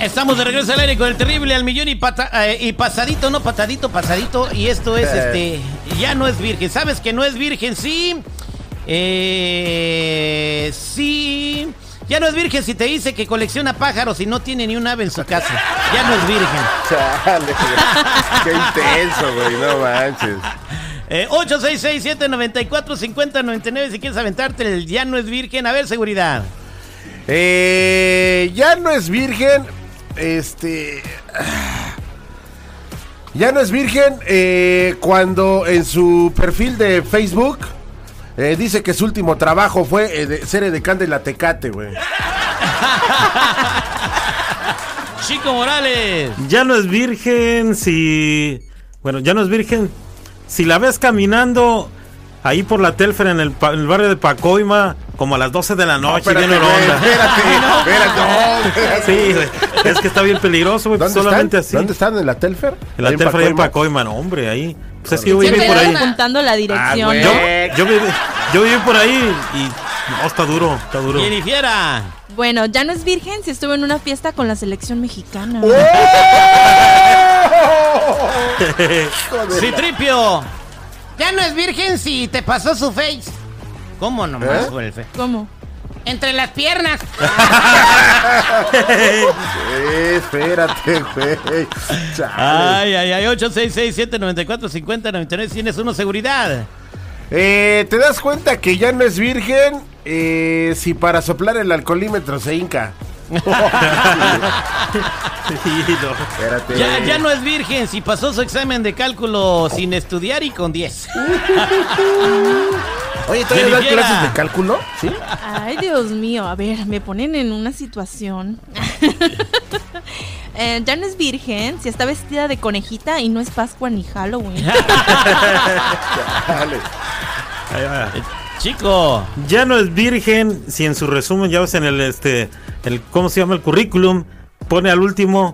Estamos de regreso al aire con el terrible al millón y, pata- eh, y pasadito, no patadito, pasadito. Y esto es, Eh. este, ya no es virgen. ¿Sabes que no es virgen? Sí. Eh, sí. Ya no es virgen si te dice que colecciona pájaros y no tiene ni un ave en su casa. Ya no es virgen. Chale, güey. Qué intenso, güey. No manches. Eh, 866-794-5099 si quieres aventarte el ya no es virgen. A ver, seguridad. Eh, ya no es virgen. Este. Ya no es virgen eh, cuando en su perfil de Facebook eh, dice que su último trabajo fue eh, de- ser edecán de la Tecate, güey. Ah, Chico Morales. Ya no es virgen si. Bueno, ya no es virgen. Si la ves caminando ahí por la Telfer en el, pa- en el barrio de Pacoima, como a las 12 de la noche, espérate, bien güey, oronda. espérate, espérate, no. Sí, güey. Es que está bien peligroso, güey. pues, ¿Dónde solamente están? así. ¿Dónde están? ¿En la Telfer? En la Ahí en Telfer ahí en Pacoima. Ah, Pacoima, no, hombre, ahí. Pues es que yo viví Siempre por ahí. van apuntando la dirección. güey. Yo, yo viví, yo viví por ahí y. No, está duro, está duro. Jennifiera. Bueno, ya no es virgen si estuvo en una fiesta con la selección mexicana. ¡Oh! Citripio. Ya no es virgen si te pasó su face. ¿Cómo nomás ¿Eh? por el face? ¿Cómo? Entre las piernas. Eh, espérate, güey. Chale. Ay, ay, ay. 866-794-5099. Tienes uno seguridad. Eh, ¿Te das cuenta que ya no es virgen? Eh, si para soplar el alcoholímetro se hinca. Sí, no. Espérate. Ya, ya no es virgen si pasó su examen de cálculo sin estudiar y con 10. Oye, ¿todavía dan Jennifiera. clases de cálculo? ¿Sí? Ay, Dios mío. A ver, me ponen en una situación. Eh, ya no es virgen si está vestida de conejita y no es Pascua ni Halloween. Dale. Ahí va. Chico. Ya no es virgen si en su resumen, ya ves en el este, el ¿cómo se llama el currículum? Pone al último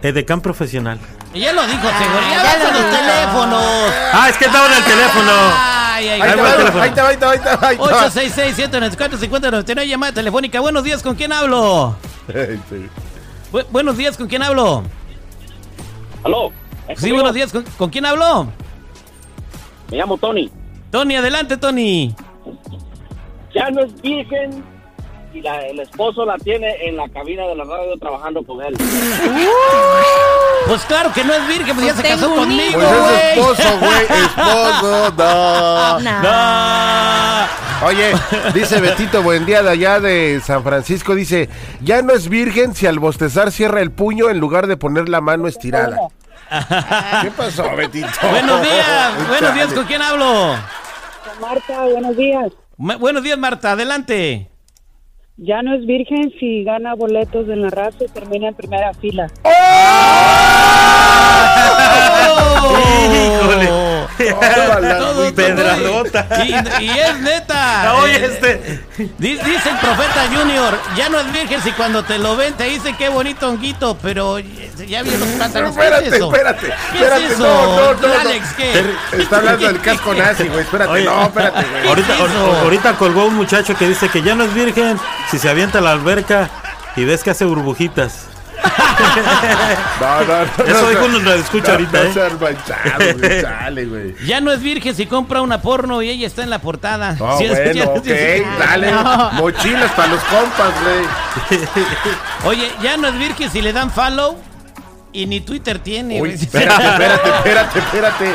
edecán profesional. Ya lo dijo, seguridad. ya Vas lo a los dijo. teléfonos. Ah, es que estaba en el teléfono. Ay, ay, Ahí te va el ay. teléfono. va, ahí te va, ahí te va, ahí te va, ahí te va. 866-794-5099. Llamada telefónica. Buenos días, ¿con quién hablo? Ay, sí. Bu- buenos días, ¿con quién hablo? Aló. ¿es Pues Sí, conmigo? buenos días. ¿Con, con quién habló? Me llamo Tony. Tony, adelante, Tony. Ya no es virgen y la- el esposo la tiene en la cabina de la radio trabajando con él. Pues claro que no es virgen, pues ya Pues se casó tengo un conmigo, hijo. Pues es güey. esposo, güey, esposo, no. Nah. No. Oye, dice Betito, buen día de allá de San Francisco, dice, ya no es virgen si al bostezar cierra el puño en lugar de poner la mano estirada. ¿Qué pasó, Betito? Buenos días, buenos días, ¿con quién hablo? Marta, buenos días. Ma- buenos días, Marta, adelante. Ya no es virgen si gana boletos en la raza y termina en primera fila. ¡Oh! Tómala, Todo- pedradota. todo- Y, y es neta. Ah, oye, Eh, este. di- Dice el profeta Junior, ya no es virgen si cuando te lo ven te dicen qué bonito honguito, pero ya vieron los Pero plátanos. ¿qué es espérate, eso? espérate, ¿Qué espérate, es eso? no, no, no, no. Alex, ¿qué? Está hablando del casco nazi, güey, espérate, Oye. no, espérate, güey. Ahorita, es ahor- eso? ahorita colgó un muchacho que dice que ya no es virgen si se avienta a la alberca y ves que hace burbujitas. No, no, no. Eso no, dijo no. uno, lo escucha No, ahorita, no ¿eh? seas manchado, güey, chale, güey. Ya no es virgen si compra una porno y ella está en la portada. Ah, Sí, es- bueno, ya- ok, ya- dale. Mochilas para los compas, güey. Oye, ya no es virgen si le dan follow y ni Twitter tiene. Uy, güey. espérate, espérate, espérate, espérate.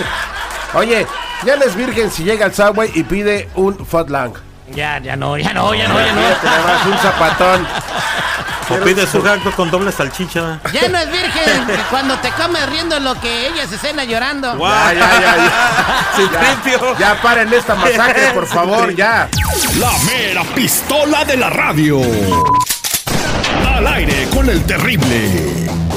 Oye, ya les virgen si llega al Subway y pide un fotlang. Ya, ya no, ya no, ya no, ya Fíjate nada más, un zapatón. O pide su gato con doble salchicha. Ya no es virgen cuando te comes riendo lo que ella se cena llorando. Ya, ya, ya, ya. Sin Ya, tripio. ya paren esta masacre, por favor, ya. La mera pistola de la radio. Al aire con el terrible.